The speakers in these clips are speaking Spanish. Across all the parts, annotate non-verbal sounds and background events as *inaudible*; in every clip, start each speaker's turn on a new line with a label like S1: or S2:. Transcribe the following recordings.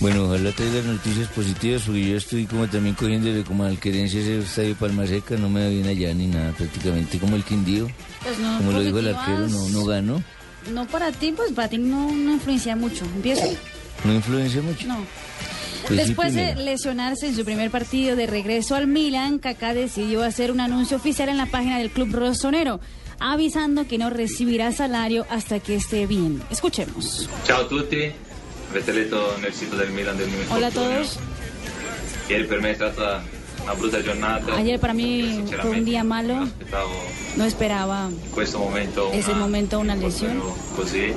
S1: Bueno, ojalá traiga noticias positivas, porque yo estoy como también cogiéndole como al querencia ese estadio Palmaseca, no me va bien allá ni nada, prácticamente como el Quindío.
S2: Pues no,
S1: como lo dijo el
S2: positivas.
S1: arquero, no, no ganó,
S2: No para ti, pues para ti no, no influencia mucho. ¿Empieza?
S1: no influencia mucho.
S2: No.
S1: Pues sí,
S2: Después de
S1: primero.
S2: lesionarse en su primer partido de regreso al Milan, Kaká decidió hacer un anuncio oficial en la página del club rosonero, avisando que no recibirá salario hasta que esté bien. Escuchemos.
S3: Ciao a tutti, avete letto nel sito del Milan del mio
S2: Hola a
S3: infortunio.
S2: todos.
S3: Ieri per me è stata una brutta giornata.
S2: Ayer para
S3: Io
S2: mí fue un
S3: sinceramente
S2: día malo.
S3: non aspettavo
S2: No esperaba.
S3: in questo momento
S2: Ese
S3: una,
S2: momento una lesione.
S3: infortunio così.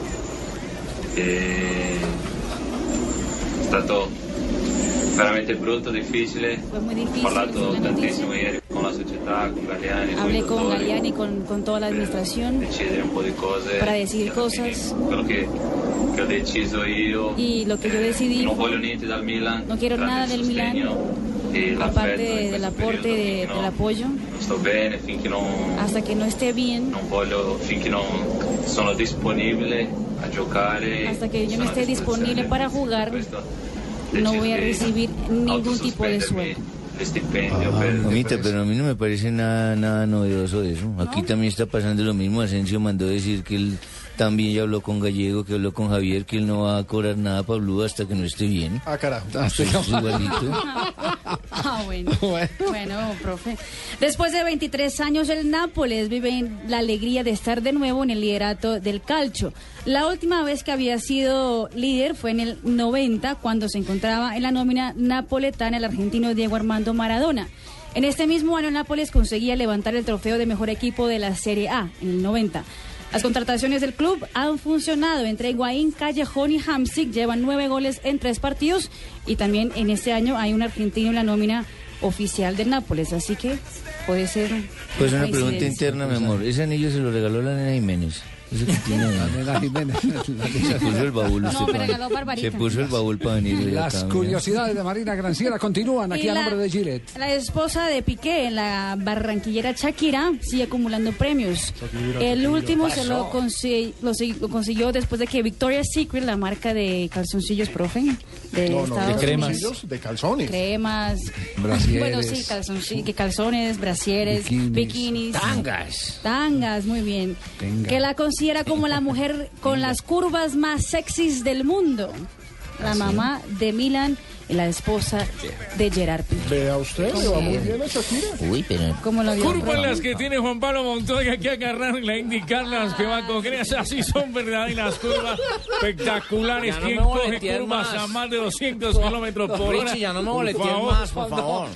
S3: E... È stato veramente brutto, difficile.
S2: Fue muy
S3: Ho
S2: difícil.
S3: parlato
S2: fue una noticia.
S3: tantissimo ieri con la società, con Galliani, con i
S2: Hablé con
S3: dottori,
S2: Galeani, con, con toda la
S3: per
S2: administración.
S3: decidere un po' di cose.
S2: para decidir
S3: E alla fine
S2: cosas.
S3: Quello che, che ho deciso io.
S2: Y lo que yo
S3: Eh,
S2: decidí
S3: No
S2: fue-
S3: voglio niente dal Milan.
S2: No quiero
S3: tranne
S2: nada
S3: il
S2: del
S3: sostegno e l'affetto
S2: Aparte
S3: in
S2: de-
S3: questo
S2: del aporte
S3: periodo,
S2: de-
S3: finché no-
S2: del apoyo,
S3: Non sto bene finché non,
S2: hasta que no esté bien,
S3: non voglio, finché non sono disponibile a eh, giocare.
S2: Hasta que yo
S3: sono
S2: no esté
S3: a disposizione.
S2: disponibile para jugar,
S3: Questo ho
S2: no voy a
S3: deciso di
S2: recibir ningún tipo de
S3: autosospendermi
S2: sueldo.
S3: il stipendio
S1: Ah,
S3: per-
S1: Mamita,
S3: per-
S1: pero a mí no me parece nada, nada novedoso de eso. Aquí
S2: ¿No?
S1: también está pasando lo mismo. Asensio mandó decir que él también ya habló con Gallego, que habló con Javier, que él no va a cobrar nada para Blue hasta que no esté bien.
S4: Ah, carajo.
S1: Eso es igualito. *laughs*
S2: Ah, bueno.
S4: Bueno.
S2: Bueno, profe. Después de 23 años, el Nápoles vive en la alegría de estar de nuevo en el liderato del calcio. La última vez que había sido líder fue en el 90, cuando se encontraba en la nómina napoletana el argentino Diego Armando Maradona. En este mismo año, Nápoles conseguía levantar el trofeo de mejor equipo de la Serie A, en el 90. Las contrataciones del club han funcionado. Entre Higuaín, Callejón y Hamsik llevan nueve goles en tres partidos. Y también en este año hay un argentino en la nómina oficial del Nápoles. Así que puede ser.
S1: Pues una pregunta
S2: coincidencia.
S1: interna, mi amor. Ese anillo se lo regaló la nena Jiménez. Eso que
S2: *laughs*
S1: tiene.
S4: La nena Jiménez,
S1: *laughs*
S4: la
S1: Se
S4: nena.
S1: puso el baúl.
S2: No,
S1: usted
S2: me
S1: pa-
S2: regaló Barbarita.
S1: Se puso el baúl para venir. hoy
S4: Las
S1: acá, mira.
S4: curiosidades de Marina Granciera continúan
S2: Y
S4: aquí a
S2: la-
S4: nombre de Gillette.
S2: La esposa de Piqué, la barranquillera Shakira, sigue acumulando premios. El último se lo, consi- lo si- lo consiguió después de que Victoria's Secret, la marca de calzoncillos, profe, de
S5: No, no,
S2: Estados
S5: de
S2: Unidos.
S5: cremas. De calzones.
S2: cremas,
S4: Brasieres.
S2: bueno sí, calzoncillos, que calzones, brasieres,
S4: Bikinis.
S2: bikinis, tangas, tangas, muy bien,
S4: Tenga.
S2: que la considera como la mujer con las curvas más sexys del mundo, la mamá de Milan y la esposa de Gerard Piqué.
S5: Vea usted, le va muy bien a Shakira.
S1: Uy, pero.
S2: ¿Cómo lo vio?
S6: Curvas
S2: profe?
S6: las que tiene Juan Pablo Montoya que agarrarla, indicarlas que va a coger. Esas sí son verdaderas curvas espectaculares.
S7: Ya no
S6: ¿Quién
S7: me voy a
S6: coge
S7: meter
S6: curvas
S7: más. *laughs*
S6: a más de 200 kilómetros por hora?
S7: Richie, ya no me
S6: Por
S7: boleteen
S6: favor,
S7: más, por
S6: no.
S7: favor.